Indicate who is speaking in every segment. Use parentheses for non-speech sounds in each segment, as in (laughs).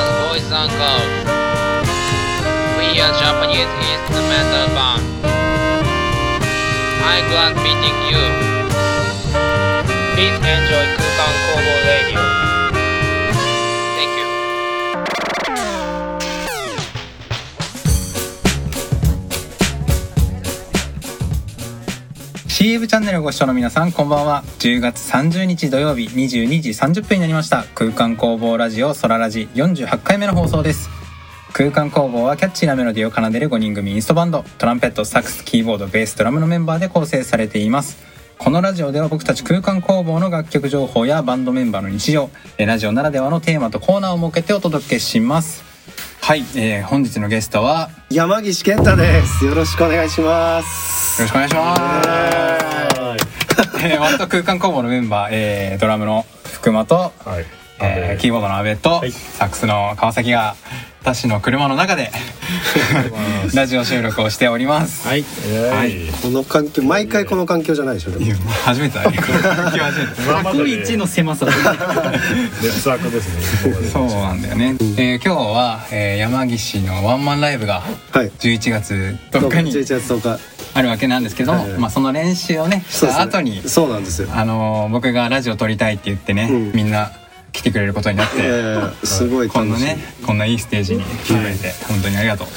Speaker 1: long ago. We are Japanese instrumental band. I'm glad meeting you. Please enjoy 空間工房 Radio. Thank you.
Speaker 2: ー CF チャンネルをご視聴の皆さんこんばんは10月30日土曜日22時30分になりました空間工房ラジオソララジ48回目の放送です空間工房はキャッチーなメロディーを奏でる5人組インストバンドトランペットサックスキーボードベースドラムのメンバーで構成されていますこのラジオでは僕たち空間工房の楽曲情報やバンドメンバーの日常えラジオならではのテーマとコーナーを設けてお届けしますはい、えー本日のゲストは
Speaker 3: 山岸健太です。よろしくお願いします。
Speaker 2: よろしくお願いします
Speaker 3: は
Speaker 2: えー、ワット空間工房のメンバー、えー、ドラムの福間と、
Speaker 3: い。
Speaker 2: えーキーボードの阿部と、
Speaker 3: い
Speaker 2: サックスの川崎が私の車の中
Speaker 3: (laughs)
Speaker 2: でラジオ収録をしております。
Speaker 3: はい。
Speaker 2: はい
Speaker 3: この環境、毎回この環境じゃないでしょ。でも
Speaker 2: いや初めてだね。これ聞き初めて
Speaker 4: 過去一の狭さだ
Speaker 5: 劣悪ですね今まで
Speaker 2: そうなんだよね。えー、今日は、えー、山岸のワンマンライブが
Speaker 3: はい。
Speaker 2: 11月どっかに
Speaker 3: 11月10日。
Speaker 2: あるわけなんですけども、
Speaker 3: はいはい
Speaker 2: まあその練習をねし
Speaker 3: そうです
Speaker 2: た
Speaker 3: ね
Speaker 2: 後に、
Speaker 3: そうなんですよ。
Speaker 2: あのー僕がラジオ撮りたいって言ってね、
Speaker 3: うん
Speaker 2: みんな来てくれることになって。
Speaker 3: えー、すごい
Speaker 2: こ
Speaker 3: 楽
Speaker 2: んな
Speaker 3: しい。
Speaker 2: ねこんないいステージに来てくれて、本当にありがとう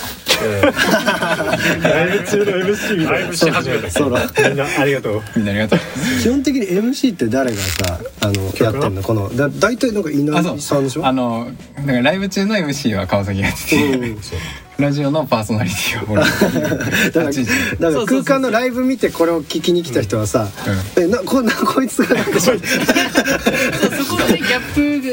Speaker 5: ライブ中の MC みたいな
Speaker 3: そうそうだ
Speaker 5: みんなありがとう
Speaker 2: みんなありがと
Speaker 3: (laughs)
Speaker 2: う
Speaker 3: 基本的に MC って誰がさあのやってんのこのだ大体なんか
Speaker 2: あ
Speaker 3: 稲井
Speaker 2: そ
Speaker 3: さんでし
Speaker 2: う
Speaker 3: ょ
Speaker 2: あのだからライブ中の MC は川崎がやってて、
Speaker 3: うん
Speaker 2: ラジオのパーソナリティは俺
Speaker 3: (laughs) だから
Speaker 2: 立ち位置
Speaker 3: だから空間のライブ見てこれを聞きに来た人はさ「えなこなこいつが」
Speaker 4: そこのねギャッ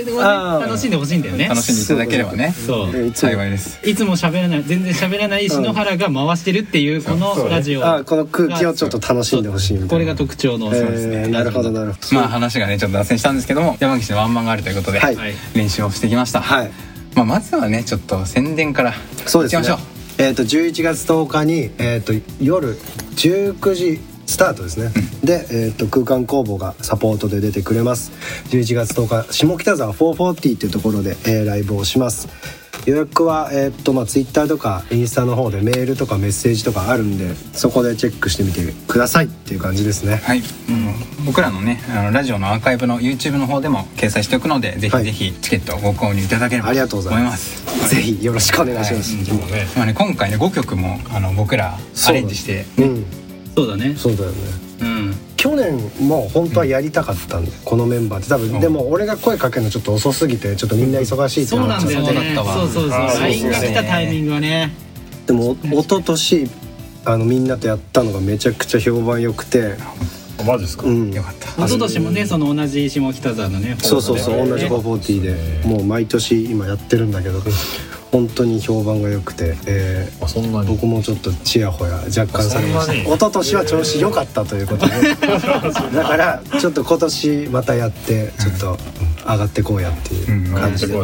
Speaker 4: プをね
Speaker 3: あー
Speaker 4: 楽しんでほしいんだよね
Speaker 2: 楽しんでいただければね
Speaker 4: そ
Speaker 3: えい
Speaker 4: う
Speaker 3: つも
Speaker 2: 幸いです
Speaker 4: いつも喋らない全然喋らない篠原が回してるっていうこのラジオ
Speaker 3: あこの空気をちょっと楽しんでほしいみたいな
Speaker 4: これが特徴のそうですね
Speaker 3: えーなるほどなるほど
Speaker 2: まあ話がねちょっと脱線したんですけども山岸のワンマンがあるということで、
Speaker 3: はい
Speaker 4: はい
Speaker 2: 練習をしてきました、
Speaker 3: はい
Speaker 2: まあ、まずはねちょっと宣伝から
Speaker 3: そうです
Speaker 2: い
Speaker 3: ね
Speaker 2: きましょう
Speaker 3: えっ、と11月10日にえっ、と夜19時スタートですね、で、えー、と空間工房がサポートで出てくれます11月10日下北沢440というところで、えーライブをします予約は、えーとまあ、Twitter とかインスタの方でメールとかメッセージとかあるんでそこでチェックしてみてくださいっていう感じですね
Speaker 2: はい、うん、僕らのねあのラジオのアーカイブの YouTube の方でも掲載しておくのでぜ
Speaker 3: は
Speaker 2: ひ
Speaker 3: い
Speaker 2: ぜひチケットをご購入いただければ
Speaker 3: ありがとうございま
Speaker 2: 思
Speaker 3: すぜひよろしくお願いします、
Speaker 2: はいまあね、今回ね5曲もあの僕らアレンジして
Speaker 3: うん
Speaker 4: そうだね
Speaker 3: そうだよね
Speaker 4: うん
Speaker 3: 去年も本当はやりたかったんで、このメンバーで多分、
Speaker 2: うん
Speaker 3: でも俺が声かけるのちょっと遅すぎてちょっとみんな忙しいって
Speaker 4: そう
Speaker 3: な
Speaker 4: な
Speaker 3: っ
Speaker 4: ん
Speaker 3: ち
Speaker 4: だ
Speaker 3: ゃ
Speaker 4: よ
Speaker 3: っ
Speaker 2: そうだった
Speaker 4: ね
Speaker 2: わ
Speaker 4: そうそう
Speaker 5: あーそう
Speaker 4: そう
Speaker 5: そう
Speaker 4: LINE が来たタイミングはね
Speaker 3: たでもお一昨年あのみんなとやったのがめちゃくちゃ評判良くて、
Speaker 5: マジですか
Speaker 3: うん、
Speaker 2: よかった
Speaker 4: 一昨年もねその同じ下北沢のね
Speaker 3: そうそうそう、
Speaker 4: ね
Speaker 3: 同じ540でもう毎年今やってるんだけど本当に評判が良くて、えー
Speaker 5: あそんなに
Speaker 3: 僕もちょっとちやほや若干されました
Speaker 5: そんな
Speaker 3: 一
Speaker 5: に
Speaker 3: 昨年は調子良かったということでだからちょっと今年またやってちょっと上がってこうやっていう感じで、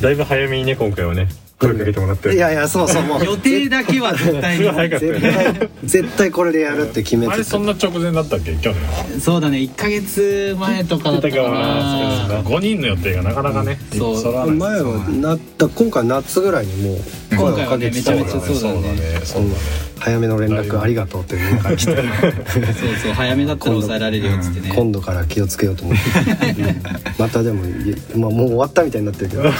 Speaker 5: だいぶ早めにね今回はね声かけてもらって
Speaker 3: いやいやそうそうもう
Speaker 4: 予定だけは絶対
Speaker 5: (laughs) すごい早
Speaker 4: に
Speaker 5: かったよ
Speaker 3: 絶
Speaker 5: ね
Speaker 3: 対絶対これでやるって決め
Speaker 5: あれ
Speaker 3: て
Speaker 5: そんな直前だったっけ去年
Speaker 4: そうだね1ヶ月前とかだったかな
Speaker 5: 5人の予定がなかなかね
Speaker 4: そう
Speaker 5: 揃わ
Speaker 3: た
Speaker 5: ない
Speaker 3: 前はなった今回夏ぐらいにもう声
Speaker 4: 今
Speaker 3: を
Speaker 4: 回
Speaker 3: か
Speaker 4: は
Speaker 3: け
Speaker 4: ね
Speaker 3: て
Speaker 4: め
Speaker 3: た
Speaker 4: ちゃ
Speaker 3: か
Speaker 4: め
Speaker 3: ら
Speaker 4: ちゃそうだね
Speaker 5: そうだね
Speaker 3: 早めの連絡ありがとうっていうのが来て
Speaker 4: そうそう早めだったら抑えられるよっつってね、
Speaker 3: 今度から気をつけようと (laughs) 思ってまたでも、まあ、もう終わったみたいになってる (laughs) けど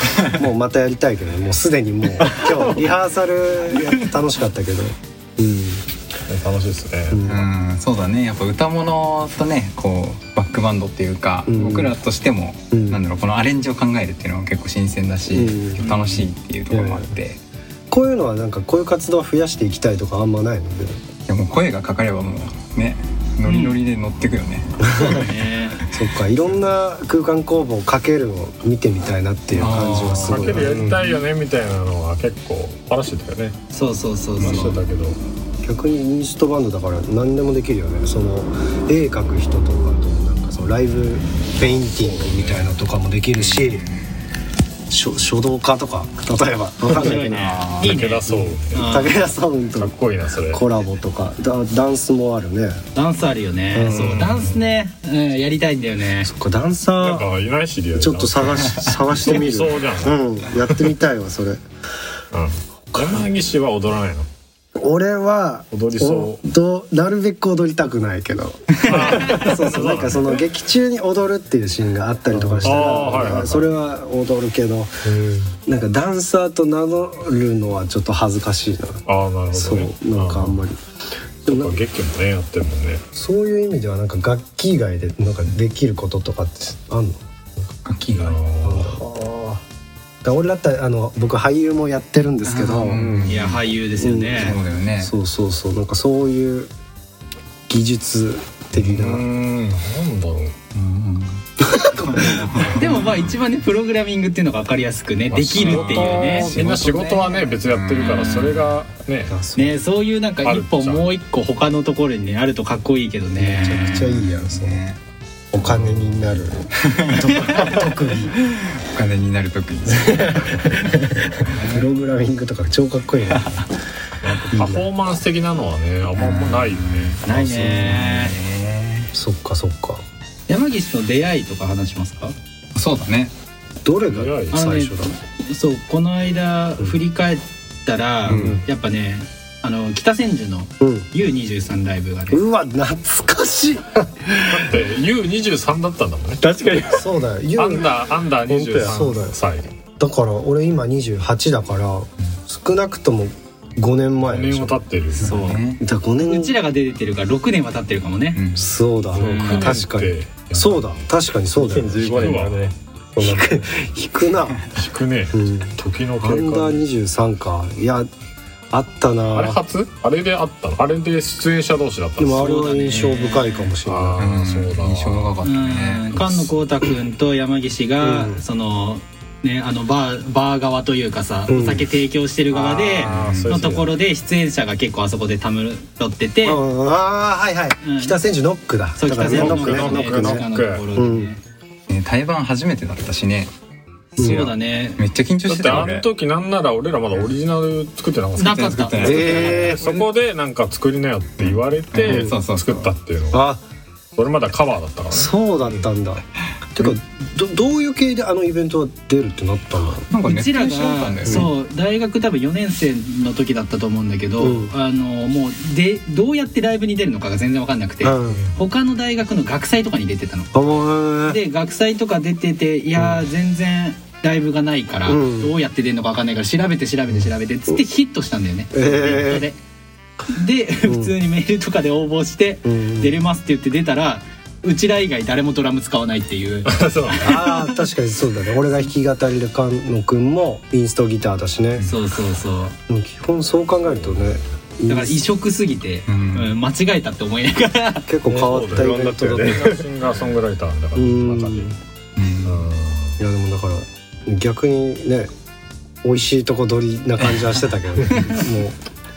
Speaker 3: もうまたやりたいけどもうすでに (laughs) もう今日リハーサルやって楽しかったけど、うん
Speaker 5: 楽しいですね
Speaker 3: うん
Speaker 2: うんそうだねやっぱ歌物とねこうバックバンドっていうか、
Speaker 3: うん
Speaker 2: 僕らとしても、
Speaker 3: うん
Speaker 2: なんだろうこのアレンジを考えるっていうのは結構新鮮だし、
Speaker 3: うん
Speaker 2: 楽しいっていうところもあって、い
Speaker 3: こういうのはなんかこういう活動を増やしていきたいとかあんまないので
Speaker 2: やもう声がかかればもうねノリノリで乗ってくよね、
Speaker 4: そうだね
Speaker 3: そっかいろんな空間工房かけるを見てみたいなっていう感じはす
Speaker 5: か
Speaker 3: ごい
Speaker 5: け
Speaker 3: あ
Speaker 5: るや
Speaker 3: る
Speaker 5: りたいよねみたいなのは結構話してたよね
Speaker 4: そうそうそう
Speaker 5: 話
Speaker 4: そ
Speaker 5: して
Speaker 4: う
Speaker 5: たけど
Speaker 3: 逆にインストバンドだから何でもできるよねその絵描く人とかとなんかそのライブペインティングみたいなのとかもできるし書書道家とか例えば分かんないけ
Speaker 4: 白い
Speaker 3: ど
Speaker 4: ねいい
Speaker 5: 武
Speaker 4: ね
Speaker 5: 田そう
Speaker 3: 武田さん
Speaker 5: かっ
Speaker 3: と
Speaker 5: こいいなそれ
Speaker 3: コラボとかだダンスもあるね
Speaker 4: ダンスあるよねそうダンスねうんやりたいんだよね
Speaker 3: そっかダン
Speaker 5: な
Speaker 3: サ
Speaker 5: んかいないしリア
Speaker 3: ー
Speaker 5: ル
Speaker 3: ちょっと探し探してみる
Speaker 5: そうじゃ
Speaker 3: うんやってみたいわそれ
Speaker 5: うん柳氏は踊らないの
Speaker 3: 俺は
Speaker 5: 踊りそう
Speaker 3: おどなるべく踊りたくないけど (laughs) そうそうなんかその劇中に踊るっていうシーンがあったりとかしたら、
Speaker 5: あーはいはいはい
Speaker 3: それは踊るけどなんかダンサーと名乗るのはちょっと恥ずかしいな、
Speaker 5: ああなるほどね
Speaker 3: そうなんかあんまりでもな
Speaker 5: あー
Speaker 3: んか
Speaker 5: 劇もねやってるもんね
Speaker 3: そういう意味ではなんか楽器以外でなんかできることとかってあんの
Speaker 2: 楽器が
Speaker 3: だから俺だったらあの僕俳優もやってるんですけど、
Speaker 4: いや俳優ですよね
Speaker 2: そうだよね
Speaker 3: そうそうそうなんかそういう技術的
Speaker 5: うー
Speaker 3: な、
Speaker 5: んなんだろう
Speaker 2: うんうん
Speaker 4: でもまあ一番ねプログラミングっていうのが分かりやすくねできるっていうね
Speaker 5: みんな仕事はね別やってるからそれがね
Speaker 3: あそう
Speaker 4: ねそういうなんか一歩もう一個他のところにねあるとかっこいいけどね
Speaker 3: めちゃくちゃいいやんその
Speaker 2: ね
Speaker 3: お金にな
Speaker 4: (laughs)
Speaker 3: る特技
Speaker 2: お金になる
Speaker 3: (laughs)
Speaker 2: 時に
Speaker 3: プログラミングとか超かっこいいね
Speaker 5: パフォーマンス的なのはねあんまないよね
Speaker 4: ないね
Speaker 3: そっかそっか
Speaker 4: 山岸と出会いとか話しますか
Speaker 2: そうだね
Speaker 3: どれが最初だ
Speaker 4: あのそうこの間振り返ったら、
Speaker 3: ん
Speaker 4: やっぱねあの北千住の
Speaker 3: う
Speaker 4: U23 ライブがね、
Speaker 3: んうわ懐かしい
Speaker 5: だって U23 だったんだもんね
Speaker 6: 確かに
Speaker 3: そうだよ
Speaker 5: (laughs)
Speaker 3: ユ
Speaker 5: ア
Speaker 3: ー
Speaker 5: ンダーアンダー
Speaker 3: そうだよ
Speaker 5: 23歳
Speaker 3: だから俺今28だから少なくとも5年前
Speaker 5: 5
Speaker 3: でし
Speaker 5: 年
Speaker 3: ょ
Speaker 5: も経ってる
Speaker 4: そう
Speaker 2: ね
Speaker 3: だ5
Speaker 4: うち
Speaker 3: 年
Speaker 4: らが出てるから6年は経ってるかもね、
Speaker 2: うん
Speaker 3: そうだ
Speaker 5: うん
Speaker 3: 確かに
Speaker 5: う
Speaker 3: そうだ確かにそうだよ
Speaker 6: 2015年だねそんな
Speaker 3: 引くな
Speaker 5: 引くね
Speaker 3: うん
Speaker 5: 時の
Speaker 3: ア
Speaker 5: 経
Speaker 3: ンダ
Speaker 5: 過
Speaker 3: ー23かいやあったな
Speaker 5: あれ初あれであったのあれで出演者同士だった
Speaker 3: でも
Speaker 5: の
Speaker 3: あれは印象深いかもしれ
Speaker 5: あ
Speaker 3: な
Speaker 5: ー
Speaker 2: うん
Speaker 5: そうだ
Speaker 2: 印象深かった
Speaker 4: うん
Speaker 2: ね
Speaker 4: 菅野浩太君と山岸が、
Speaker 3: うん
Speaker 4: そのねあのバーバー側というかさ、
Speaker 3: うん
Speaker 4: お酒提供してる側で
Speaker 5: あーそういう
Speaker 4: の
Speaker 5: 人
Speaker 4: ところで出演者が結構あそこでたむろってて、
Speaker 3: いうんああはいはい
Speaker 4: うん
Speaker 3: 北千住ノックだ
Speaker 4: そう
Speaker 3: だから
Speaker 4: 北
Speaker 3: ね
Speaker 4: 千住
Speaker 3: ノ
Speaker 4: の
Speaker 3: ックねノ
Speaker 5: ノ
Speaker 3: ック
Speaker 5: ノ
Speaker 3: ね
Speaker 5: ック
Speaker 4: のところでね、
Speaker 2: ね台湾初めてだったしね
Speaker 4: そうだね
Speaker 2: めっちゃ緊張
Speaker 5: だ
Speaker 2: し
Speaker 5: ってて
Speaker 2: たよ
Speaker 5: あ
Speaker 2: 俺
Speaker 5: の時なんなら俺らまだオリジナル作ってなかった
Speaker 4: なかった
Speaker 2: 作ってない作ってない
Speaker 3: え
Speaker 5: そこでなんか作りなよって言われて
Speaker 2: うんそうそうそう
Speaker 5: 作ったっていうの
Speaker 3: ー
Speaker 5: が
Speaker 3: あ
Speaker 5: 俺まだカバーだったからね
Speaker 3: そうだったんだてかどどういう系であのイベントは出るってなったんだろ
Speaker 2: なんか
Speaker 4: う
Speaker 2: ね
Speaker 4: ちら
Speaker 2: テンション上がったんだよ
Speaker 4: が
Speaker 2: ね
Speaker 4: そう大学多分4年生の時だったと思うんだけど、
Speaker 3: うん
Speaker 4: あのもうでどうやってライブに出るのかが全然分かんなくて、
Speaker 3: ううん
Speaker 4: 他の大学の学祭とかに出てたの。
Speaker 3: あもう
Speaker 4: で学祭とか出てていやー全然ライブがないから、
Speaker 3: うん
Speaker 4: どうやって出るのか分かんないから調べて調べて調べてっつってヒットしたんだよね、
Speaker 3: えー
Speaker 4: ネットで。で普通にメールとかで応募して
Speaker 3: うん
Speaker 4: 出れますって言って出たらうちら以外誰もドラム使わないっていう
Speaker 5: そう
Speaker 3: あー確かにそうだね俺が弾き語りで菅野くんもインストギターだしね
Speaker 4: そうそうそう
Speaker 3: でも基本そう考えるとね
Speaker 4: だから異色すぎて、
Speaker 2: うん
Speaker 4: うん間違えたって思いながら
Speaker 3: 結構変わったイベントだった
Speaker 5: ねシンガーソングライターだから
Speaker 3: うん
Speaker 5: 中で
Speaker 2: うん
Speaker 3: いやでもだから逆にね美味しいとこ取りな感じはしてたけど、ね、もう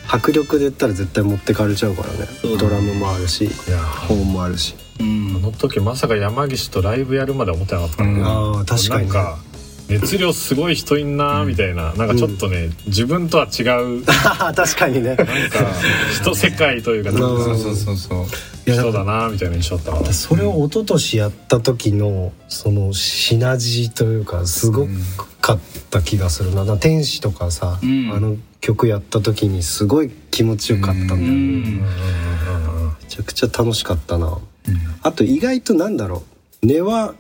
Speaker 3: 迫力で言ったら絶対持ってかれちゃうからね
Speaker 4: そうだ
Speaker 3: ド
Speaker 4: ね
Speaker 3: ラムもあるし
Speaker 5: いや
Speaker 3: ホーンもあるし、
Speaker 4: うん
Speaker 5: あの時まさか山岸とライブやるまで思ってなかったからね
Speaker 2: うん
Speaker 3: ああ確かに、
Speaker 5: な
Speaker 3: ね、
Speaker 5: んか熱量すごい人いんなーみたいななんかちょっとね自分とは違うなんか
Speaker 3: (laughs) 確かにね
Speaker 5: 人世界というか
Speaker 3: うん
Speaker 2: そうそうそうそう
Speaker 3: いや
Speaker 5: 人だなーみたいな印象だったから
Speaker 3: それを一昨年やった時のそのシナジーというかすごかった気がするなな天使とかさ、
Speaker 4: うん
Speaker 3: あの曲やった時にすごい気持ちよかったんだよね、
Speaker 4: うん
Speaker 3: めちゃくちゃ楽しかったな、あと意外となんだろう根は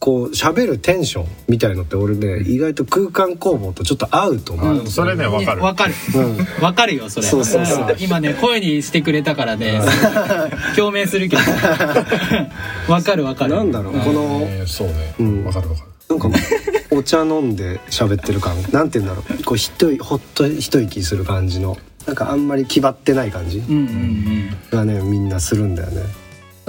Speaker 3: こう喋るテンションみたいのって俺ね意外と空間工房とちょっと合うと思う、
Speaker 5: でもそれねわかる
Speaker 4: わかる
Speaker 3: うん
Speaker 4: わかるよそれ
Speaker 3: そうそうそう
Speaker 4: うん今ね声にしてくれたか
Speaker 3: (laughs)
Speaker 4: らね共鳴するけどわかるわかる
Speaker 3: なんだろう、
Speaker 4: う
Speaker 3: この
Speaker 5: ねそう
Speaker 3: う
Speaker 5: ね
Speaker 3: ん
Speaker 5: わかるわかる
Speaker 3: なんかお茶飲んで喋ってる感なんて言うんだろうこうひといほっと一息する感じのなんかあんまり気張ってない感じ
Speaker 4: うんうんうん
Speaker 3: がねみんなするんだよね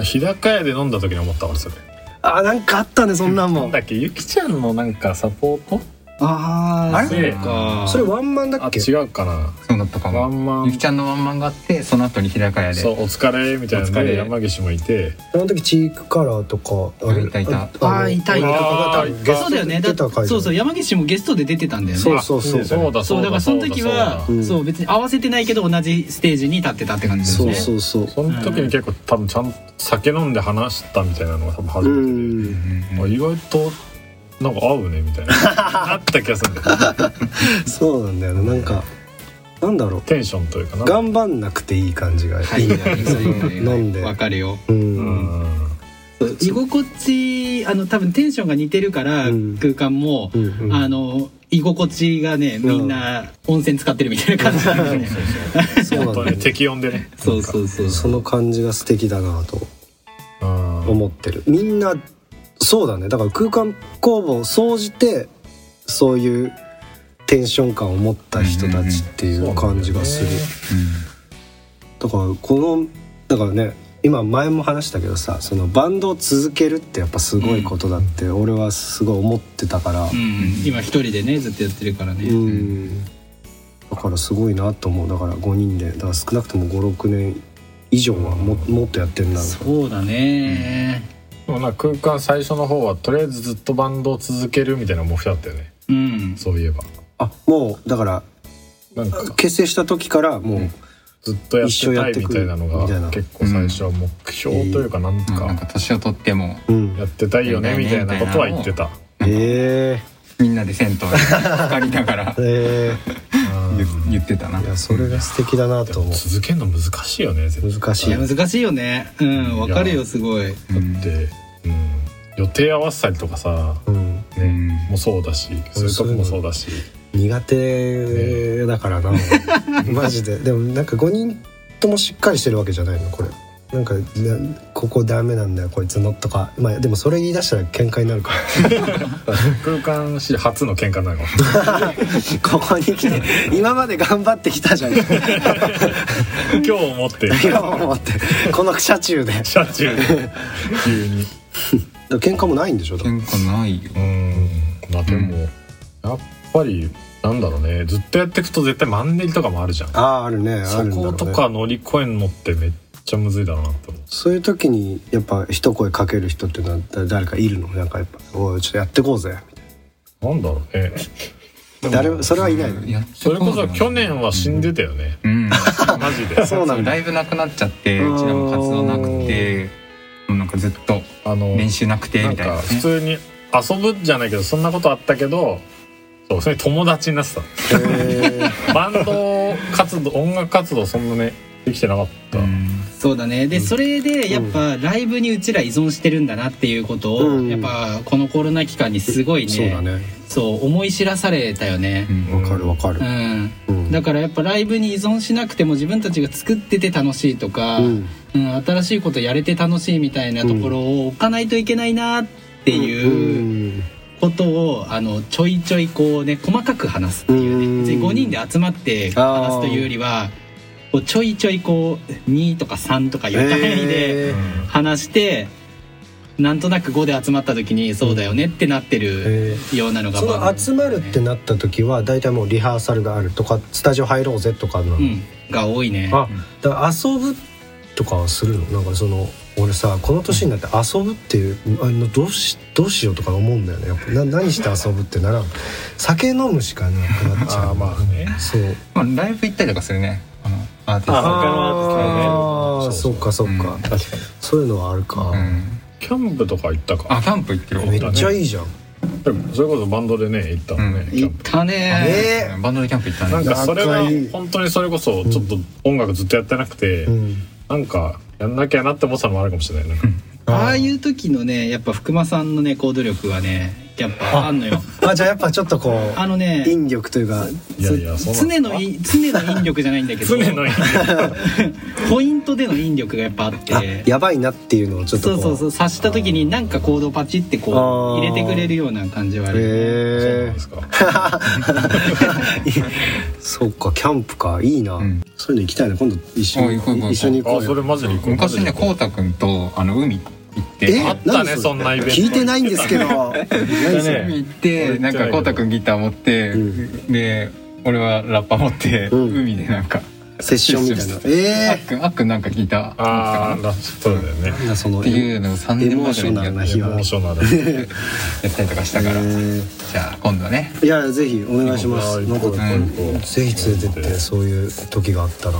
Speaker 5: 日高屋で飲んだ時に思ったわそれ
Speaker 3: あなんかあったねそんなんも
Speaker 5: なんだっけゆきちゃんのなんかサポート
Speaker 4: あ
Speaker 2: あ
Speaker 4: あ
Speaker 2: れ
Speaker 4: そうか
Speaker 3: それワンマンだ
Speaker 5: あ
Speaker 3: っけ
Speaker 5: 違うかな
Speaker 2: そうだったか
Speaker 5: ワ
Speaker 2: も
Speaker 5: ンマ
Speaker 2: ゆき
Speaker 5: ン
Speaker 2: ちゃんのワンマンがあってその後に日高屋で
Speaker 5: そうお疲れみたいな
Speaker 2: お疲
Speaker 5: の
Speaker 2: れ
Speaker 5: で山岸もいて
Speaker 3: あの時チークカラーとか
Speaker 2: いたいた
Speaker 3: の
Speaker 4: あーいたいた
Speaker 3: 俺とかが多
Speaker 5: あ
Speaker 3: 分
Speaker 5: ー
Speaker 3: ゲス
Speaker 4: そ
Speaker 3: ト
Speaker 4: うだよねだ
Speaker 3: 出た
Speaker 4: って
Speaker 3: 回
Speaker 4: そうそう
Speaker 3: う
Speaker 4: 山岸もゲストで出てたんだよね
Speaker 3: そうそうそう
Speaker 5: あそうだ
Speaker 4: そうだからその時は
Speaker 5: そうだ
Speaker 4: そう別に合わせてないけど同じステージに立ってたって感じです
Speaker 3: そう
Speaker 4: ね
Speaker 3: そうそう
Speaker 5: その時に結構多分ちゃんと酒飲んで話したみたいなのが多分初
Speaker 3: う
Speaker 5: めて
Speaker 3: ん
Speaker 5: あ意外となんか合うねみ
Speaker 3: (laughs)
Speaker 5: たいなあった気がするんだよね
Speaker 3: そうなんだよねなんかなんだろう
Speaker 5: テンションというかな
Speaker 3: 頑張んなくていい感じがい
Speaker 4: はい
Speaker 3: い
Speaker 4: はいはい
Speaker 3: 飲んで
Speaker 4: わかるよ
Speaker 3: うん
Speaker 5: うん
Speaker 4: 居心地あの多分テンションが似てるから
Speaker 3: うん
Speaker 4: 空間も
Speaker 3: うんうん
Speaker 4: あの居心地がねみんな温泉使ってるみたいな感じなんだよね
Speaker 3: そうなん
Speaker 5: 本当
Speaker 3: だよ
Speaker 5: に
Speaker 3: ね
Speaker 5: 適温でね
Speaker 4: そうそうそう
Speaker 3: その感じが素敵だなと
Speaker 5: うん
Speaker 3: 思ってるみんなそうだねだから空間工房を総じてそういうテンション感を持った人たちっていう感じがするだからこのだからね今前も話したけどさそのバンドを続けるってやっぱすごいことだって俺はすごい思ってたから
Speaker 4: う、ん今一人でねずっとやってるから
Speaker 3: う
Speaker 4: ね
Speaker 3: ん、だからすごいなと思うだから5人でだから少なくとも56年以上はももっとやってんな
Speaker 4: そうだね
Speaker 5: でもなんか空間最初の方はとりあえずずっとバンドを続けるみたいな目標だったよね
Speaker 4: うん
Speaker 5: そういえば
Speaker 3: あもうだから
Speaker 5: なんか
Speaker 3: 結成した時からもう、
Speaker 5: ずっとやってたいみたいなの
Speaker 3: 一緒や
Speaker 5: が
Speaker 3: ってく
Speaker 5: 結構最初は目標というかなんと
Speaker 2: うんなん
Speaker 5: か
Speaker 2: か年を取っても
Speaker 3: うん
Speaker 5: やってたいよねみたいなことは言ってた
Speaker 3: え
Speaker 2: みんなで銭湯に浸かりなが
Speaker 5: (laughs)
Speaker 2: ら
Speaker 3: ええ
Speaker 5: う
Speaker 2: 言
Speaker 5: ん
Speaker 2: 言ってたな
Speaker 3: えいやそれが素敵だなと思
Speaker 5: 続けるの難しいよね絶
Speaker 3: う難
Speaker 4: い
Speaker 3: しい
Speaker 4: や難しいよねうんわかるよすごい
Speaker 2: うん
Speaker 5: 対で、うん、予定合わせたりとかさ
Speaker 3: うん、
Speaker 5: ね、
Speaker 2: うん
Speaker 5: もそうだしそういうとこもそうだし
Speaker 3: 苦手だから (laughs) な、マジででもなんか5人ともしっかりしてるわけじゃないのこれなんかなここダメなんだよこいつのとかまあでもそれ言い出したら喧嘩になるから
Speaker 5: 空間史初の喧嘩なのかも (laughs) しれない
Speaker 3: (laughs) ここに来て今まで頑張ってきたじゃ (laughs) ん
Speaker 5: 今日思って
Speaker 3: 今思ってこの車中で
Speaker 5: 車中で急に
Speaker 3: 喧嘩もないんでしょだから
Speaker 2: 喧嘩ないよ
Speaker 5: うんまあでも、やっぱりなんだろうねずっとやっていくと絶対マンネリとかもあるじゃん
Speaker 3: あああるねあ
Speaker 5: そ
Speaker 3: るんだろう
Speaker 5: こ
Speaker 3: ね
Speaker 5: とか乗り越えんのってめっちゃむずいだろうなって思う
Speaker 3: そういう時にやっぱ一声かける人っていうのはだ誰かいるのなんかやっぱ「おいちょっとやってこうぜ
Speaker 5: なんだろうね」
Speaker 3: 誰もそれはいないの
Speaker 2: やって
Speaker 5: それこ
Speaker 2: うだ
Speaker 5: そ
Speaker 2: な
Speaker 5: 去年は死んでたよね、
Speaker 2: うん
Speaker 5: マ
Speaker 2: (laughs)
Speaker 5: ジで
Speaker 3: そうなんだ
Speaker 2: ライブなくなっちゃってうちらも活動なくてもうなんかずっと
Speaker 5: あの
Speaker 2: 練習なくて
Speaker 5: な
Speaker 2: み
Speaker 5: ん
Speaker 2: たいな
Speaker 5: か
Speaker 2: ね
Speaker 5: 普通に遊ぶじゃないけどそんなことあったけどそうそれ友達になって
Speaker 3: (laughs) へ
Speaker 5: たバンド活
Speaker 2: (laughs)
Speaker 5: 動音楽活動そんなねできてなかった、
Speaker 2: うん
Speaker 4: そうだねでそれでやっぱライブにうちら依存してるんだなっていうこと
Speaker 3: う
Speaker 4: を
Speaker 3: ん
Speaker 4: やっぱこのコロナ期間にすごい
Speaker 3: ーそうだ
Speaker 4: ね
Speaker 3: ね
Speaker 4: そう思い知らされたよね
Speaker 2: うん
Speaker 3: わかるわかる
Speaker 4: う、ん
Speaker 3: うん
Speaker 4: だからやっぱライブに依存しなくても自分たちが作ってて楽しいとか、
Speaker 3: う
Speaker 4: うん
Speaker 3: ん
Speaker 4: 新しいことやれて楽しいみたいなところを置かないといけないなっていう
Speaker 3: うん
Speaker 4: ことをあのちょいちょいこうね細かく話すっていうね
Speaker 3: うん
Speaker 4: 別に5人で集まって話すというよりはこうちょいちょいこう2とか3とか4単位で
Speaker 3: へー
Speaker 4: 話して、なんとなく5で集まった時にそうだよねってなってる
Speaker 3: へー
Speaker 4: ようなのが
Speaker 3: そ
Speaker 4: まあ
Speaker 3: の集まるってなった時は大体もうリハーサルがあるとかスタジオ入ろうぜとかなの、
Speaker 4: うん、が多いね。
Speaker 3: あだから遊ぶとかはするのなんかその俺さこの年になって遊ぶっていうあのどうしどうしようとか思うんだよねやっぱな何して遊ぶってならん酒飲むしかなくなっちゃう
Speaker 5: ああまあね
Speaker 3: そう
Speaker 2: まあライブ行ったりとかするねあのアーティスト
Speaker 5: あ他のアーティストはね
Speaker 3: あーそうかそうか、
Speaker 2: うん
Speaker 5: 確かに
Speaker 3: そういうのはあるか、
Speaker 2: うん
Speaker 5: キャンプとか行った
Speaker 2: あ
Speaker 5: か
Speaker 2: キャンプ行ってる
Speaker 3: めっちゃいいじゃん、
Speaker 5: でもそれこそバンドでね行ったのね、
Speaker 2: うん
Speaker 5: キャ
Speaker 4: 行
Speaker 5: ン
Speaker 4: っ
Speaker 5: プ
Speaker 4: たね
Speaker 3: え
Speaker 2: バンドでキャンプ行ったね
Speaker 5: なんかそれは
Speaker 3: 仲いい
Speaker 5: 本当にそれこそちょっと音楽ずっとやってなくて、
Speaker 3: うん、
Speaker 5: なんかやんなきゃなって思ってたのもあるかもしれないなんか
Speaker 4: ああいう時のねやっぱ福間さんのね行動力はねやっぱあんのよ
Speaker 3: あじゃあやっぱちょっとこ
Speaker 4: あ
Speaker 3: う
Speaker 4: のね
Speaker 3: 引力というか
Speaker 5: いやいやそんな
Speaker 4: 常のい常の引力じゃないんだ
Speaker 3: (laughs)
Speaker 4: け
Speaker 5: 常
Speaker 4: ど
Speaker 5: の意味で
Speaker 4: ポイントでの引力がやっぱあって
Speaker 3: あやばいなっていうのをちょっとこ
Speaker 4: そうそうそう察した時になんか行動パチってこう
Speaker 3: あー
Speaker 4: 入れてくれるような感じはある、
Speaker 5: そうな
Speaker 3: へ
Speaker 5: ん
Speaker 3: え
Speaker 5: (laughs) ですか
Speaker 3: そうかキャンプかいいな、
Speaker 2: うん
Speaker 3: そういうの行きたいな今度一緒
Speaker 2: あ
Speaker 3: に
Speaker 2: 行こう行こう
Speaker 3: 一緒に行こ
Speaker 5: あ
Speaker 3: う
Speaker 5: そ
Speaker 3: よ
Speaker 5: れマジで行こう
Speaker 2: 昔ね
Speaker 5: マジで
Speaker 2: こ
Speaker 5: 行
Speaker 2: うたくんとあの海行行って
Speaker 3: え
Speaker 5: あったね
Speaker 3: 何それ
Speaker 5: そんなイベント
Speaker 3: 聞いてないんですけど何
Speaker 6: だ
Speaker 3: それ
Speaker 6: ね
Speaker 2: 行ってなんかこうたくんギター持って、
Speaker 3: う
Speaker 2: で俺はラッパ持って、
Speaker 3: うん
Speaker 2: 海でなんか
Speaker 3: セッションみたいな
Speaker 2: あっ
Speaker 3: え
Speaker 2: くんあっくんなんかギター持ってた
Speaker 5: あ
Speaker 2: か
Speaker 5: あ
Speaker 2: なっ
Speaker 5: そうだよね
Speaker 3: えなんだその
Speaker 2: ていうのを3
Speaker 3: エ
Speaker 2: 年
Speaker 3: モー
Speaker 2: 前
Speaker 3: ショ
Speaker 2: ぐら
Speaker 3: ナ
Speaker 2: い
Speaker 3: ル
Speaker 2: に
Speaker 3: な
Speaker 2: やっ
Speaker 5: エ
Speaker 3: 日
Speaker 5: モ
Speaker 3: は
Speaker 5: ーショナル
Speaker 2: やったりとかしたから、
Speaker 3: え
Speaker 2: じゃあ今度ね
Speaker 3: ーいやぜひお願いします
Speaker 5: うん
Speaker 3: なんか
Speaker 5: うん
Speaker 3: ぜひ連れてってそういう時があったら
Speaker 2: う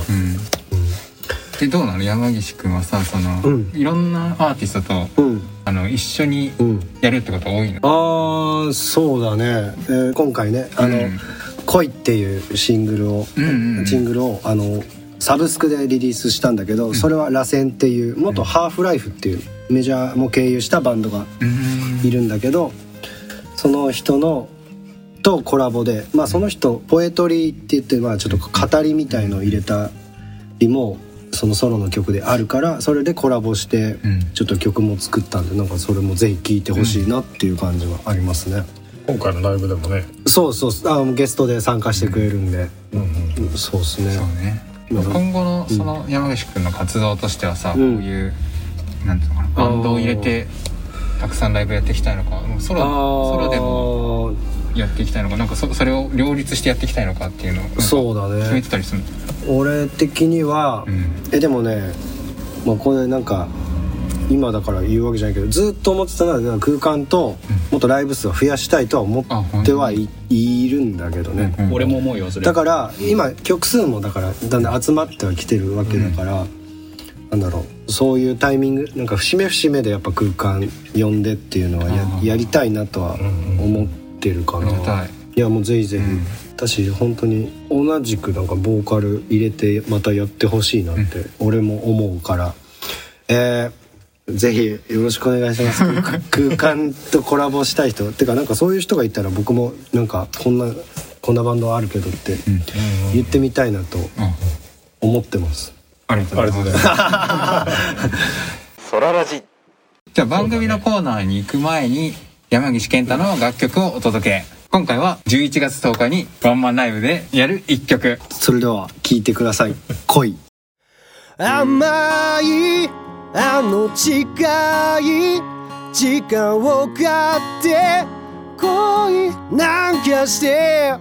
Speaker 2: ん
Speaker 3: う
Speaker 2: でどうなの山岸くんはさその、
Speaker 3: うん
Speaker 2: いろんなアーティストと
Speaker 3: んうん
Speaker 2: あの一緒に
Speaker 3: うん
Speaker 2: やるってこと多いの
Speaker 3: ああそうだね、えー今回ね「あの
Speaker 2: うん
Speaker 3: 恋」っていうシングルを、
Speaker 2: うんうんうん
Speaker 3: シングルをあのサブスクでリリースしたんだけど、それは「螺旋」っていう元ハーフライフっていうメジャーも経由したバンドが
Speaker 2: うん
Speaker 3: いるんだけどその人のとコラボで、まあ、その人ポエトリーって言って、まあ、ちょっと語りみたいのを入れたりもそのソロの曲であるからそれでコラボして
Speaker 2: うん
Speaker 3: ちょっと曲も作ったんでなんかそれもぜひ聴いてほしいなっていう感じはありますね。
Speaker 5: 今回のライブでもね
Speaker 3: そうそうあゲストで参加してくれるんで、
Speaker 5: うんうん
Speaker 3: うんそうですね
Speaker 2: そうね
Speaker 3: うん
Speaker 2: 今後のその山岸くんの活動としてはさ、
Speaker 3: うん
Speaker 2: こういうなんていうのかなバンドを入れてたくさんライブやっていきたいのかもうソロソロでも
Speaker 3: も
Speaker 2: やっていきたいのかなんかそそれを両立してやっていきたいのかっていうのをなんか
Speaker 3: そうだ
Speaker 2: 決め
Speaker 3: ね
Speaker 2: てたりするの
Speaker 3: 俺的には、
Speaker 2: うん
Speaker 3: えでもね、まあ、これなんか今だから言うわけじゃないけどずっと思ってたのは空間ともっとライブ数を増やしたいとは思ってはい,、いるんだけどね、
Speaker 2: うん
Speaker 4: 俺も思うよそれ
Speaker 3: だから今曲数もだからだんだん集まってはきてるわけだから、なんだろうそういうタイミングなんか節目節目でやっぱ空間呼んでっていうのはや
Speaker 2: あー
Speaker 3: やりたいなとは思ってるか
Speaker 2: あ
Speaker 3: な。
Speaker 2: りがたい
Speaker 3: いやもうぜひぜひ、
Speaker 2: うん
Speaker 3: 私本当に同じくなんかボーカル入れてまたやってほしいなって俺も思うから、えーぜひよろしくお願いし (laughs) ます空間とコラボしたい人てかなんかそういう人がいたら僕もなんかこんなこんなバンドあるけどって言ってみたいなと
Speaker 2: うん
Speaker 3: 思ってます、
Speaker 2: ありがとうございま
Speaker 6: (laughs)
Speaker 2: す
Speaker 6: ソララジ
Speaker 2: じゃあ番組のコーナーに行く前に山岸健太の楽曲をお届け今回は11月10日にワンマンライブでやる一曲
Speaker 3: それでは聞いてください「恋」
Speaker 7: 甘いあの近い時間を買って恋なんかして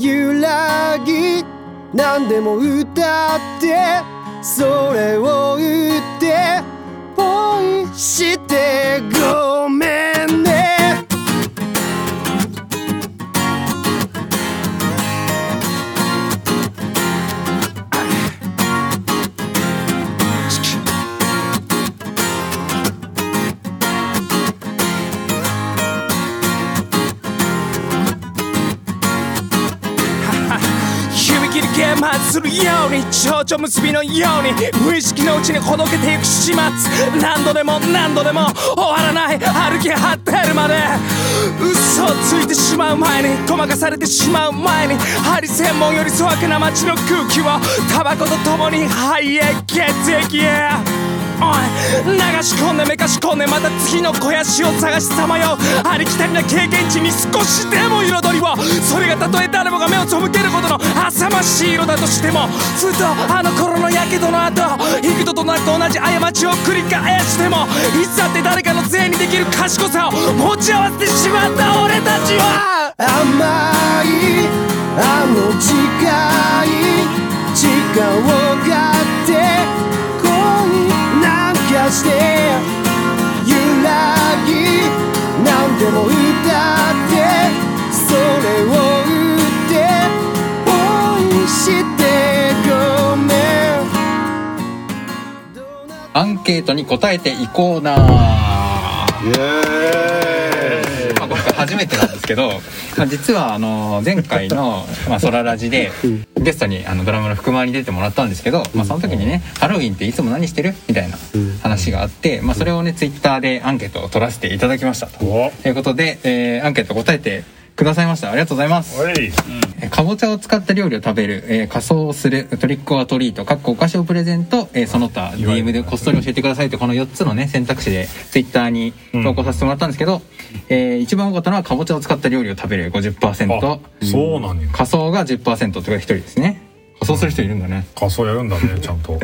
Speaker 7: 揺らぎ何でも歌ってそれを言って恋してごめんね響きに幻発するように蝶々結びのように無意識のうちにほどけていく始末何度でも何度でも終わらない歩き果てるまで嘘をついてしまう前にごまかされてしまう前に針専門より粗悪な街の空気をタバコと共に肺へ血液へおい流し込んでめかし込んでまた次の肥やしを探しさまようありきたりな経験値に少しでも彩りをそれがたとえ誰もが目を背けることの浅ましい色だとしてもずっとあの頃のやけどの後幾度となく同じ過ちを繰り返してもいつだって誰かのせいにできる賢さを持ち合わせてしまった俺たちは甘いあの時間時間を買って恋なんかして揺らぎ何でも歌ってそれを打って恋してごめん
Speaker 2: アンケートに答えていこうなま
Speaker 3: イエーイ
Speaker 2: あ今回初めてなんですけど (laughs) まあ実はあの前回の「まあ、ソララジで」ゲストにあのドラムの福間に出てもらったんですけど、まあ、その時にね「ハロウィンっていつも何してる?」みたいな話があって、まあ、それをねツイッターでアンケートを取らせていただきましたと
Speaker 5: お
Speaker 2: ということで、えーアンケート答えてくださいましたありがとうございます
Speaker 5: おい
Speaker 2: えーかぼちゃを使った料理を食べる、えー仮装をするトリックオアトリートかっこお菓子をプレゼント、えーその他 DM でこっそり教えてくださいとこの4つのね選択肢で Twitter に投稿させてもらったんですけど、えー一番多かったのはかぼちゃを使った料理を食べる
Speaker 5: あ
Speaker 2: 50%
Speaker 5: そうなんや
Speaker 2: 仮装が10%とか1人ですね。仮装する人いるんだね
Speaker 5: 仮装やるんだねちゃんと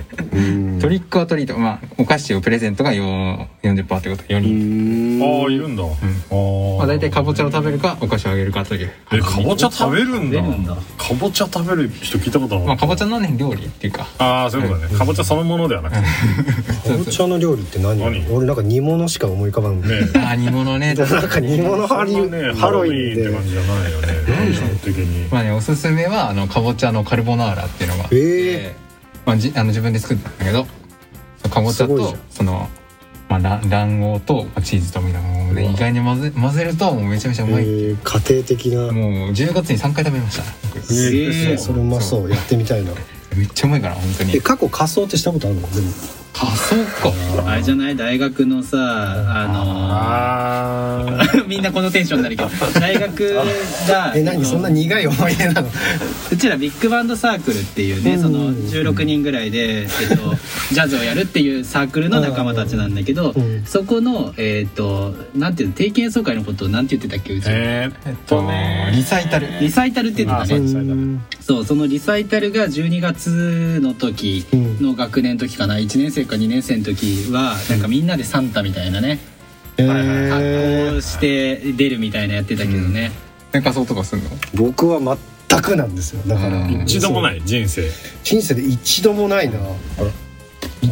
Speaker 2: トリックはトリートまあお菓子をプレゼントがよ40%ってこと4人、
Speaker 5: ああいるんだ、
Speaker 2: ま
Speaker 5: あ
Speaker 2: あ、
Speaker 5: あ
Speaker 2: 大体かぼちゃを食べるかお菓子をあげるかという
Speaker 5: えかぼちゃ食べるんだ
Speaker 4: 食べるんだ
Speaker 5: かぼちゃ食べる人聞いたこと
Speaker 2: ま
Speaker 5: な
Speaker 2: あ
Speaker 5: い
Speaker 2: かぼちゃのね料理っていうか
Speaker 5: ああそういうことだねかぼちゃそのものではなくてね
Speaker 3: かぼちゃの料理って何
Speaker 5: 何
Speaker 3: 俺なんか煮物しか思い浮かばんね
Speaker 2: あー煮物ね
Speaker 3: なんか煮物ハ
Speaker 5: あ
Speaker 3: リ
Speaker 5: ん
Speaker 3: ウ
Speaker 5: まね
Speaker 3: ハロウィン
Speaker 5: って感
Speaker 3: で
Speaker 5: じじゃないよね基本的に
Speaker 2: まあねおすすめはあのかぼちゃのカルボナーラっていうのがあって、
Speaker 3: え
Speaker 2: まあ、じあの自分で作ったんだけどかぼちゃ
Speaker 3: すごいじ
Speaker 2: と
Speaker 3: ゃん
Speaker 2: その、まあ、ら卵黄とまあチーズとみたいなもので意外に混ぜ混ぜるともうめちゃめちゃう
Speaker 3: え
Speaker 2: まい、
Speaker 3: ー家庭的な
Speaker 2: もう10月に3回食べました僕
Speaker 3: えーそれうまそうやってみたいな
Speaker 2: めっちゃうまいから本当
Speaker 3: え
Speaker 2: に
Speaker 3: 過去仮装ってしたことあるのでも
Speaker 2: あそうか
Speaker 4: あれじゃない大学のさあ
Speaker 5: あ
Speaker 4: の (laughs) みんなこのテンションになるけど大学が
Speaker 3: (laughs) え何そんな苦い思い出なの
Speaker 4: うちらビッグバンドサークルっていうね、
Speaker 3: うん
Speaker 4: その16人ぐらいで、えっ
Speaker 3: (laughs)
Speaker 4: と、ジャズをやるっていうサークルの仲間たちなんだけど、
Speaker 3: うん
Speaker 4: そこの、えっと、なんていうの定期演奏会のことをなんて言ってたっけうち、
Speaker 5: えー
Speaker 2: えっとリサイタル
Speaker 4: リサイタルって言ってた
Speaker 5: う
Speaker 4: ね
Speaker 5: ん
Speaker 4: そうそのリサイタルが12月の時の学年の時かな1年生か2年生の時はなんかみんなでサンタみたいなね
Speaker 3: え
Speaker 4: 格好
Speaker 3: ー
Speaker 4: をして出るみたいなやってたけどね、
Speaker 2: え仮装とかするの
Speaker 3: 僕は全くなんですよだから
Speaker 2: うん
Speaker 5: 一度もない人生
Speaker 3: 人生で一度もないな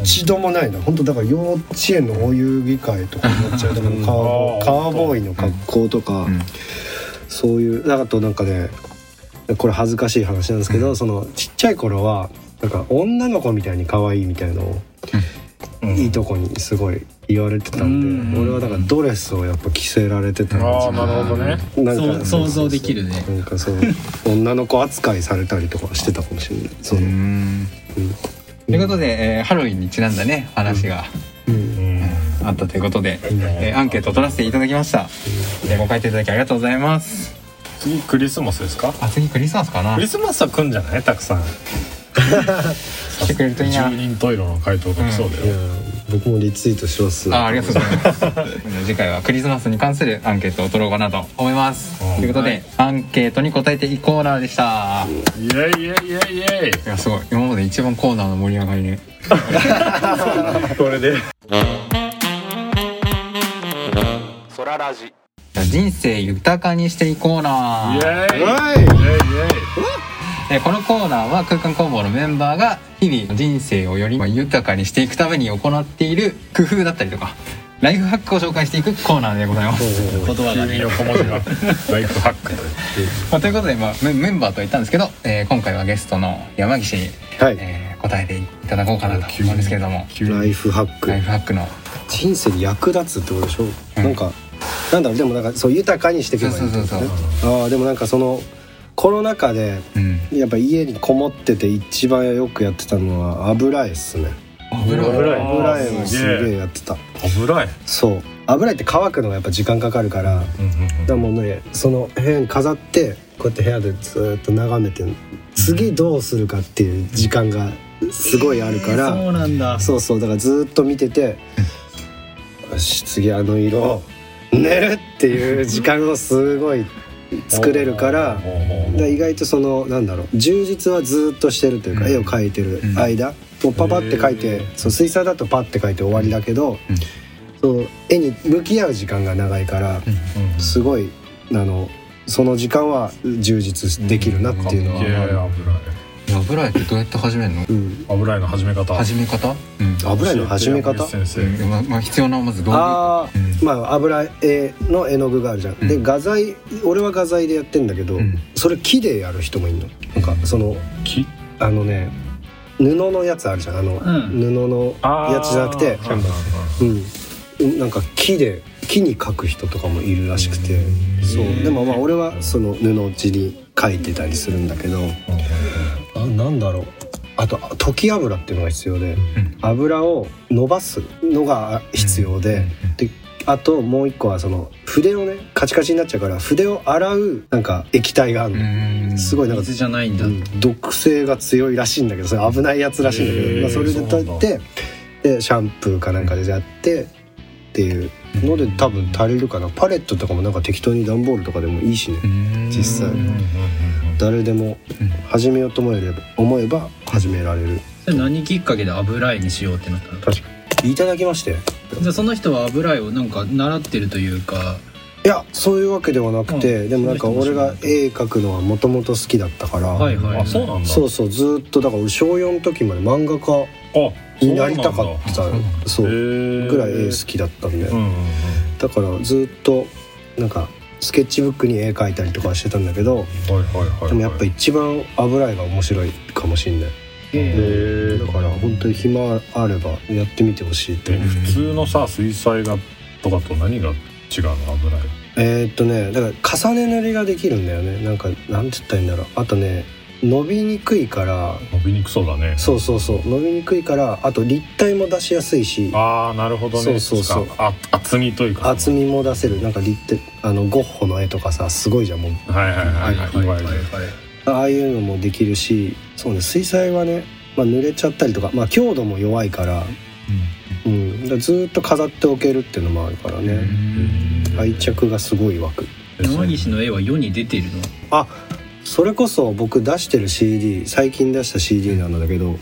Speaker 3: 一度もないな本当だから幼稚園のお遊戯会とかになっちゃうだからカーボーイカーボーイの格好とか、
Speaker 2: うん
Speaker 3: そういうあとなんかねこれ恥ずかしい話なんですけど、そのちっちゃい頃はなんか女の子みたいに可愛いみたいのを、いいとこにすごい言われてたんで、
Speaker 4: うん
Speaker 3: 俺はだからドレスをやっぱ着せられてたんです
Speaker 5: あ
Speaker 3: よ
Speaker 5: あなるほどね
Speaker 3: なんか
Speaker 4: そう想像できるね
Speaker 3: なんかそう女の子扱いされたりとかしてたかもしれないそうう、
Speaker 2: ーん
Speaker 3: うん
Speaker 2: ということで、えーハロウィンにちなんだね話が
Speaker 3: うん
Speaker 5: うん
Speaker 2: あったということで、えーアンケートを取らせていただきました、えーご回答いただきありがとうございます
Speaker 5: 次クリスマスですか
Speaker 2: あ次クリスマスかな
Speaker 5: クリスマスは来んじゃないたくさん
Speaker 2: 来てくれるといいな
Speaker 5: 10人トイレの回答が来そうだ
Speaker 3: いや
Speaker 5: よ、
Speaker 3: ー僕もリツイートします
Speaker 2: あありがとうございます次回はクリスマスに関するアンケートを取ろうかなと思います
Speaker 5: うん
Speaker 2: ということで、アンケートに答えていいコーナーでした
Speaker 5: イエイイエイイエイイエイ
Speaker 2: いやすごい今まで一番コーナーの盛り上がりね
Speaker 5: (laughs) これで
Speaker 2: 人生豊かにしていこう
Speaker 5: イエイイエイイエイ
Speaker 2: なえーこのコーナーは空間工房のメンバーが日々人生をより豊かにしていくために行っている工夫だったりとかライフハックを紹介していくコーナーでございます。
Speaker 4: 言葉が
Speaker 5: 急に
Speaker 4: ね
Speaker 5: 横文字がライフハックという
Speaker 2: まあ、ということで、まあ、メメンバーとは言ったんですけど、えー今回はゲストの山岸に、
Speaker 3: はい
Speaker 2: えー答えていただこうかなと思うんですけれども
Speaker 3: ライフハック
Speaker 2: ライフハックの
Speaker 3: 人生に役立つってことでしょ、
Speaker 2: うん
Speaker 3: なんかなんだろうでもなんかそう豊かにしていけばいいってこと
Speaker 2: そうそうそう
Speaker 3: ああでもなんかそのコロナ禍で
Speaker 2: うん
Speaker 3: やっぱ家にこもってて一番よくやってたのは油絵っすね
Speaker 2: 油
Speaker 5: 油絵
Speaker 3: 油絵を
Speaker 5: す
Speaker 3: す
Speaker 5: げえ
Speaker 3: げえやってた
Speaker 5: 油絵
Speaker 3: そう油絵って乾くのがやっぱ時間かかるから、だもんねその部屋に飾ってこうやって部屋でずーっと眺めて次どうするかっていう時間がすごいあるから、
Speaker 4: そうなんだ
Speaker 3: そうそうだからずーっと見ててよし次あの色寝るっていう時間をすごい作れるからだから意外とそのなんだろう充実はずーっとしてるというか、
Speaker 2: うん
Speaker 3: 絵を描いてる間、もうパパって描い
Speaker 5: へ
Speaker 3: て
Speaker 5: ー
Speaker 3: そう水彩だとパって描いて終わりだけど、
Speaker 2: うん
Speaker 3: そう絵に向き合う時間が長いからすごいあのその時間は充実できるなっていうのは、
Speaker 5: 油絵
Speaker 2: 油絵ってどうやって始めるの
Speaker 3: うん、
Speaker 5: 油絵の始め方
Speaker 2: 始め方、うん
Speaker 3: 油絵の始め方
Speaker 5: 先生
Speaker 2: うんまあまあ、必要なまず道具
Speaker 3: ああ、
Speaker 2: うん
Speaker 3: まあ油絵の絵の具があるじゃん、
Speaker 2: うん
Speaker 3: で画材俺は画材でやってんだけど、
Speaker 2: うん
Speaker 3: それ木でやる人もいるのなんかその
Speaker 5: 木
Speaker 3: あのね布のやつあるじゃんあの、
Speaker 4: ん
Speaker 3: 布のやつじゃなくてうんなんか木で木に描く人とかもいるらしくて、そうでもまあ俺はその布地に描いてたりするんだけど、あなんだろうあと溶き油っていうのが必要で、
Speaker 2: ん
Speaker 3: 油を伸ばすのが必要で、であともう一個はその筆をねカチカチになっちゃうから筆を洗うなんか液体があるの、
Speaker 2: うん
Speaker 3: すごいなんか
Speaker 4: 水じゃないんだ、
Speaker 3: うん毒性が強いらしいんだけどそれ危ないやつらしいんだけど、
Speaker 5: へー
Speaker 3: まあ、それで
Speaker 5: そうなん
Speaker 3: 取
Speaker 5: だ
Speaker 3: ってでシャンプーかなんかでやってってっていうので多分足りるかなパレットとかもなんか適当に段ボールとかでもいいしね実際誰でも始めようと思えれば思えば始められる
Speaker 4: それ何きっかけで油絵にしようってなったの
Speaker 3: 確かにいただきまして
Speaker 4: じゃあその人は油絵をなんか習ってるというか
Speaker 3: いやそういうわけではなくて、
Speaker 4: うん
Speaker 3: でもなんか
Speaker 4: その
Speaker 3: 俺
Speaker 4: 人も
Speaker 3: が絵描くのはもともと好きだったから、
Speaker 4: はいはい
Speaker 5: あそうなんだ
Speaker 3: そうそうずーっとだから俺小4の時まで漫画
Speaker 5: あ
Speaker 3: 家になりたかっ
Speaker 5: そ
Speaker 3: た
Speaker 5: うなんだ
Speaker 3: そう
Speaker 5: へ
Speaker 3: ぐ
Speaker 5: ー
Speaker 3: らい絵好きだったんで、
Speaker 5: うんうん
Speaker 3: だからずーっとなんかスケッチブックに絵描いたりとかはしてたんだけど
Speaker 5: うんはいはいはいはい
Speaker 3: でもやっぱ一番油絵が面白いかもしんない、
Speaker 5: へ
Speaker 3: だから本当に暇あればやってみてほしいって
Speaker 5: え
Speaker 3: 思う
Speaker 5: 普通のさ水彩画とかと何が違うの油絵
Speaker 3: えーっとねだから重ね塗りができるんだよねなんかなんて言ったらいいんだろうあとね伸びにくいから
Speaker 5: 伸びにくそうだね
Speaker 3: そうそうそう伸びにくいからあと立体も出しやすいし
Speaker 5: ああなるほどね
Speaker 3: そうそうそう
Speaker 5: つかあ厚みというか
Speaker 3: 厚みも出せるなんか立体あのゴッホの絵とかさすごいじゃんもう
Speaker 5: はいはいはい
Speaker 4: は
Speaker 5: はいい
Speaker 4: はい
Speaker 5: い
Speaker 4: は
Speaker 5: わ
Speaker 4: い
Speaker 5: ゆる
Speaker 3: ああいうのもできるしそうね水彩はね、まあ、濡れちゃったりとか、まあ、強度も弱いから,、うん、だからずーっと飾っておけるっていうのもあるからね愛着がすごい湧く
Speaker 4: 山岸の絵は世に出てるの
Speaker 3: あそれこそ僕出してる CD 最近出した CD なんだけど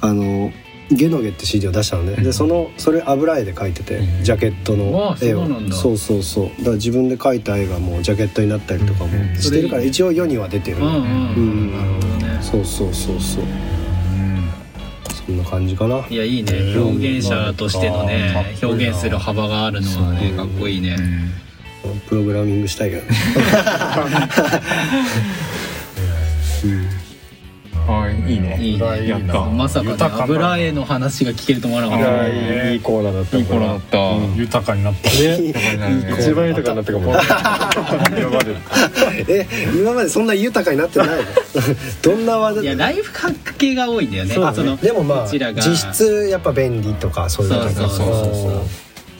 Speaker 3: あのゲノゲって CD を出したのね、でそのそれ油絵で描いてて、ジャケットの絵
Speaker 4: わあそう
Speaker 3: を
Speaker 4: なんだ
Speaker 3: そうそうそうだから自分で描いた絵がもうジャケットになったりとかもしてるから
Speaker 4: それいいね
Speaker 3: 一応世には出てる、
Speaker 4: うんうん、
Speaker 3: うん
Speaker 4: なるほどね
Speaker 3: そうそうそうそうそんな感じかない
Speaker 4: やいいね
Speaker 5: うん
Speaker 4: 表現者としてのね
Speaker 5: かっこいいな
Speaker 4: 表現する幅があるのはねかっこいいね、
Speaker 3: プログラミングしたいけどね
Speaker 2: はいいいね
Speaker 4: いいね
Speaker 2: やった
Speaker 4: まさかね
Speaker 5: 豊かな
Speaker 4: 油絵の話が聞けると思わなかっ
Speaker 6: い
Speaker 4: た
Speaker 6: やいいいいコーナーだった
Speaker 2: いいコーナーだった、
Speaker 5: 豊かになった
Speaker 6: ね一番豊かになったかも
Speaker 5: 今まで
Speaker 3: (laughs) え今までそんな豊かになってないの (laughs) どんな話題
Speaker 4: いやライフハック系が多いんだよね
Speaker 3: そうだね
Speaker 4: の
Speaker 3: でもまあ
Speaker 4: こちらが
Speaker 3: 実質やっぱ便利とかそういうのとか
Speaker 4: そうそうそうそう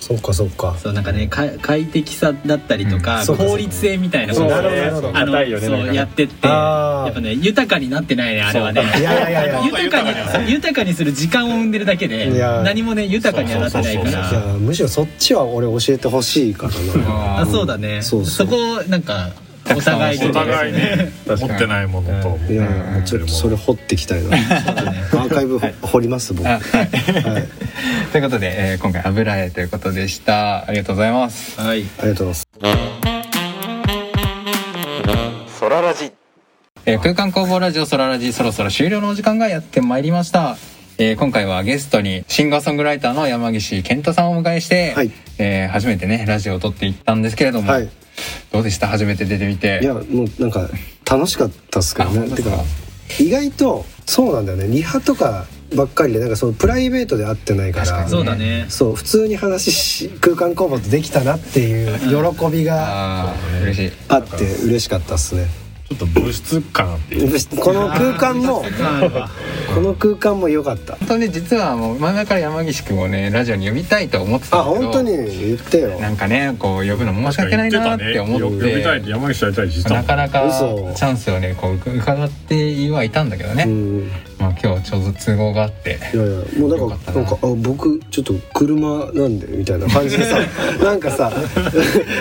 Speaker 3: そっかそっか
Speaker 4: そうなんかねか快適さだったりとか、
Speaker 3: うんそうか
Speaker 4: 効率性みたいな
Speaker 6: そ
Speaker 4: こ
Speaker 6: う
Speaker 4: と
Speaker 6: なる
Speaker 4: を
Speaker 6: ほど
Speaker 4: ね
Speaker 6: なるほど
Speaker 4: あの
Speaker 6: 硬いよね
Speaker 4: そ
Speaker 6: なんか
Speaker 4: う
Speaker 6: ね
Speaker 4: やってって
Speaker 3: あー
Speaker 4: やっぱね豊かになってないねあれはね
Speaker 3: いやいやいやい
Speaker 4: (laughs)
Speaker 3: や
Speaker 4: 豊かに豊かにする時間を生んでるだけで
Speaker 3: いや
Speaker 4: 何もね豊かにはなってないか
Speaker 5: そうそう
Speaker 3: いや
Speaker 4: ら
Speaker 3: むしろそっちは俺教えてほしいからな
Speaker 4: (laughs) あそうだね
Speaker 3: そ
Speaker 4: そ
Speaker 3: そう
Speaker 4: うこをなんかお互いに
Speaker 5: お互いね持
Speaker 6: 確かに
Speaker 5: ってないものと
Speaker 3: いやいやちょっとそれ掘ってきた
Speaker 4: (laughs)
Speaker 3: いなアーカイブ掘ります僕
Speaker 2: あは
Speaker 3: は
Speaker 2: い (laughs)
Speaker 3: い
Speaker 2: ということで、えー今回油絵ということでしたありがとうございます
Speaker 4: はい
Speaker 3: ありがとうございます
Speaker 2: えー空間工房ラジオソララジそろそろ終了のお時間がやってまいりました、えー今回はゲストにシンガーソングライターの山岸健太さんをお迎えして、
Speaker 3: はい
Speaker 2: えー初めてねラジオを撮っていったんですけれども、
Speaker 3: はい
Speaker 2: どうでした初めて出てみて
Speaker 3: いやもうなんか楽しかったっすけど
Speaker 2: あ本
Speaker 3: ね
Speaker 2: 当
Speaker 3: て
Speaker 2: ですか
Speaker 3: か意外とそうなんだよねリハとかばっかりでなんかそのプライベートで会ってないから
Speaker 2: 確かに
Speaker 4: そうだね
Speaker 3: そう普通に話し空間工房とできたなっていう喜びが
Speaker 2: あー嬉しい
Speaker 3: あって嬉しかったっすね
Speaker 5: ちょっと物質感あっていう
Speaker 3: この空
Speaker 2: (laughs)
Speaker 3: 間もこの空間も良かった
Speaker 2: 本当ね実はもう前々から山岸君をねラジオに呼びたいと思ってた
Speaker 3: あ
Speaker 2: んだけど
Speaker 3: 本当に言ってよ
Speaker 2: なんかねこう呼ぶの申し訳ないなって思って
Speaker 5: 呼びたいって山口さんやりたいって言ってたも
Speaker 2: なんかなか
Speaker 3: 嘘
Speaker 2: チャンスをねこう伺ってはいたんだけどね、
Speaker 3: うん
Speaker 2: まあ今日ちょうど都合があって
Speaker 3: いやいやもうなんかなんかあ僕ちょっと車なんでみたいな感じでさ
Speaker 2: (laughs)
Speaker 3: なんかさ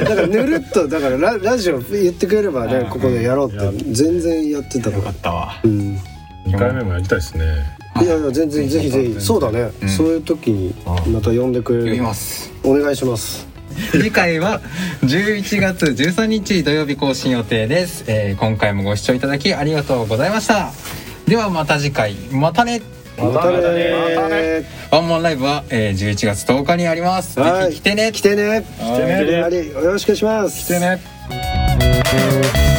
Speaker 3: なんかぬるっとだからララジオ言ってくれればねここでやろうって全然やってたから
Speaker 2: ったわ
Speaker 3: うん
Speaker 5: 二回目もやりたいですね
Speaker 3: いやいや全然ぜひぜひそうだね、そういう時にまた呼んでく
Speaker 2: 呼
Speaker 3: れ
Speaker 2: び
Speaker 3: る
Speaker 2: ます
Speaker 3: お願いします
Speaker 2: 次回は11月13日土曜日更新予定です、えー今回もご視聴いただきありがとうございましたではまた次回またね
Speaker 3: またねまたね
Speaker 2: ワンマンライブは、えー11月10日にありますぜ
Speaker 3: はい
Speaker 2: ひ来てね
Speaker 3: 来てね来てねよろしくお願いします
Speaker 2: 来てね
Speaker 3: 「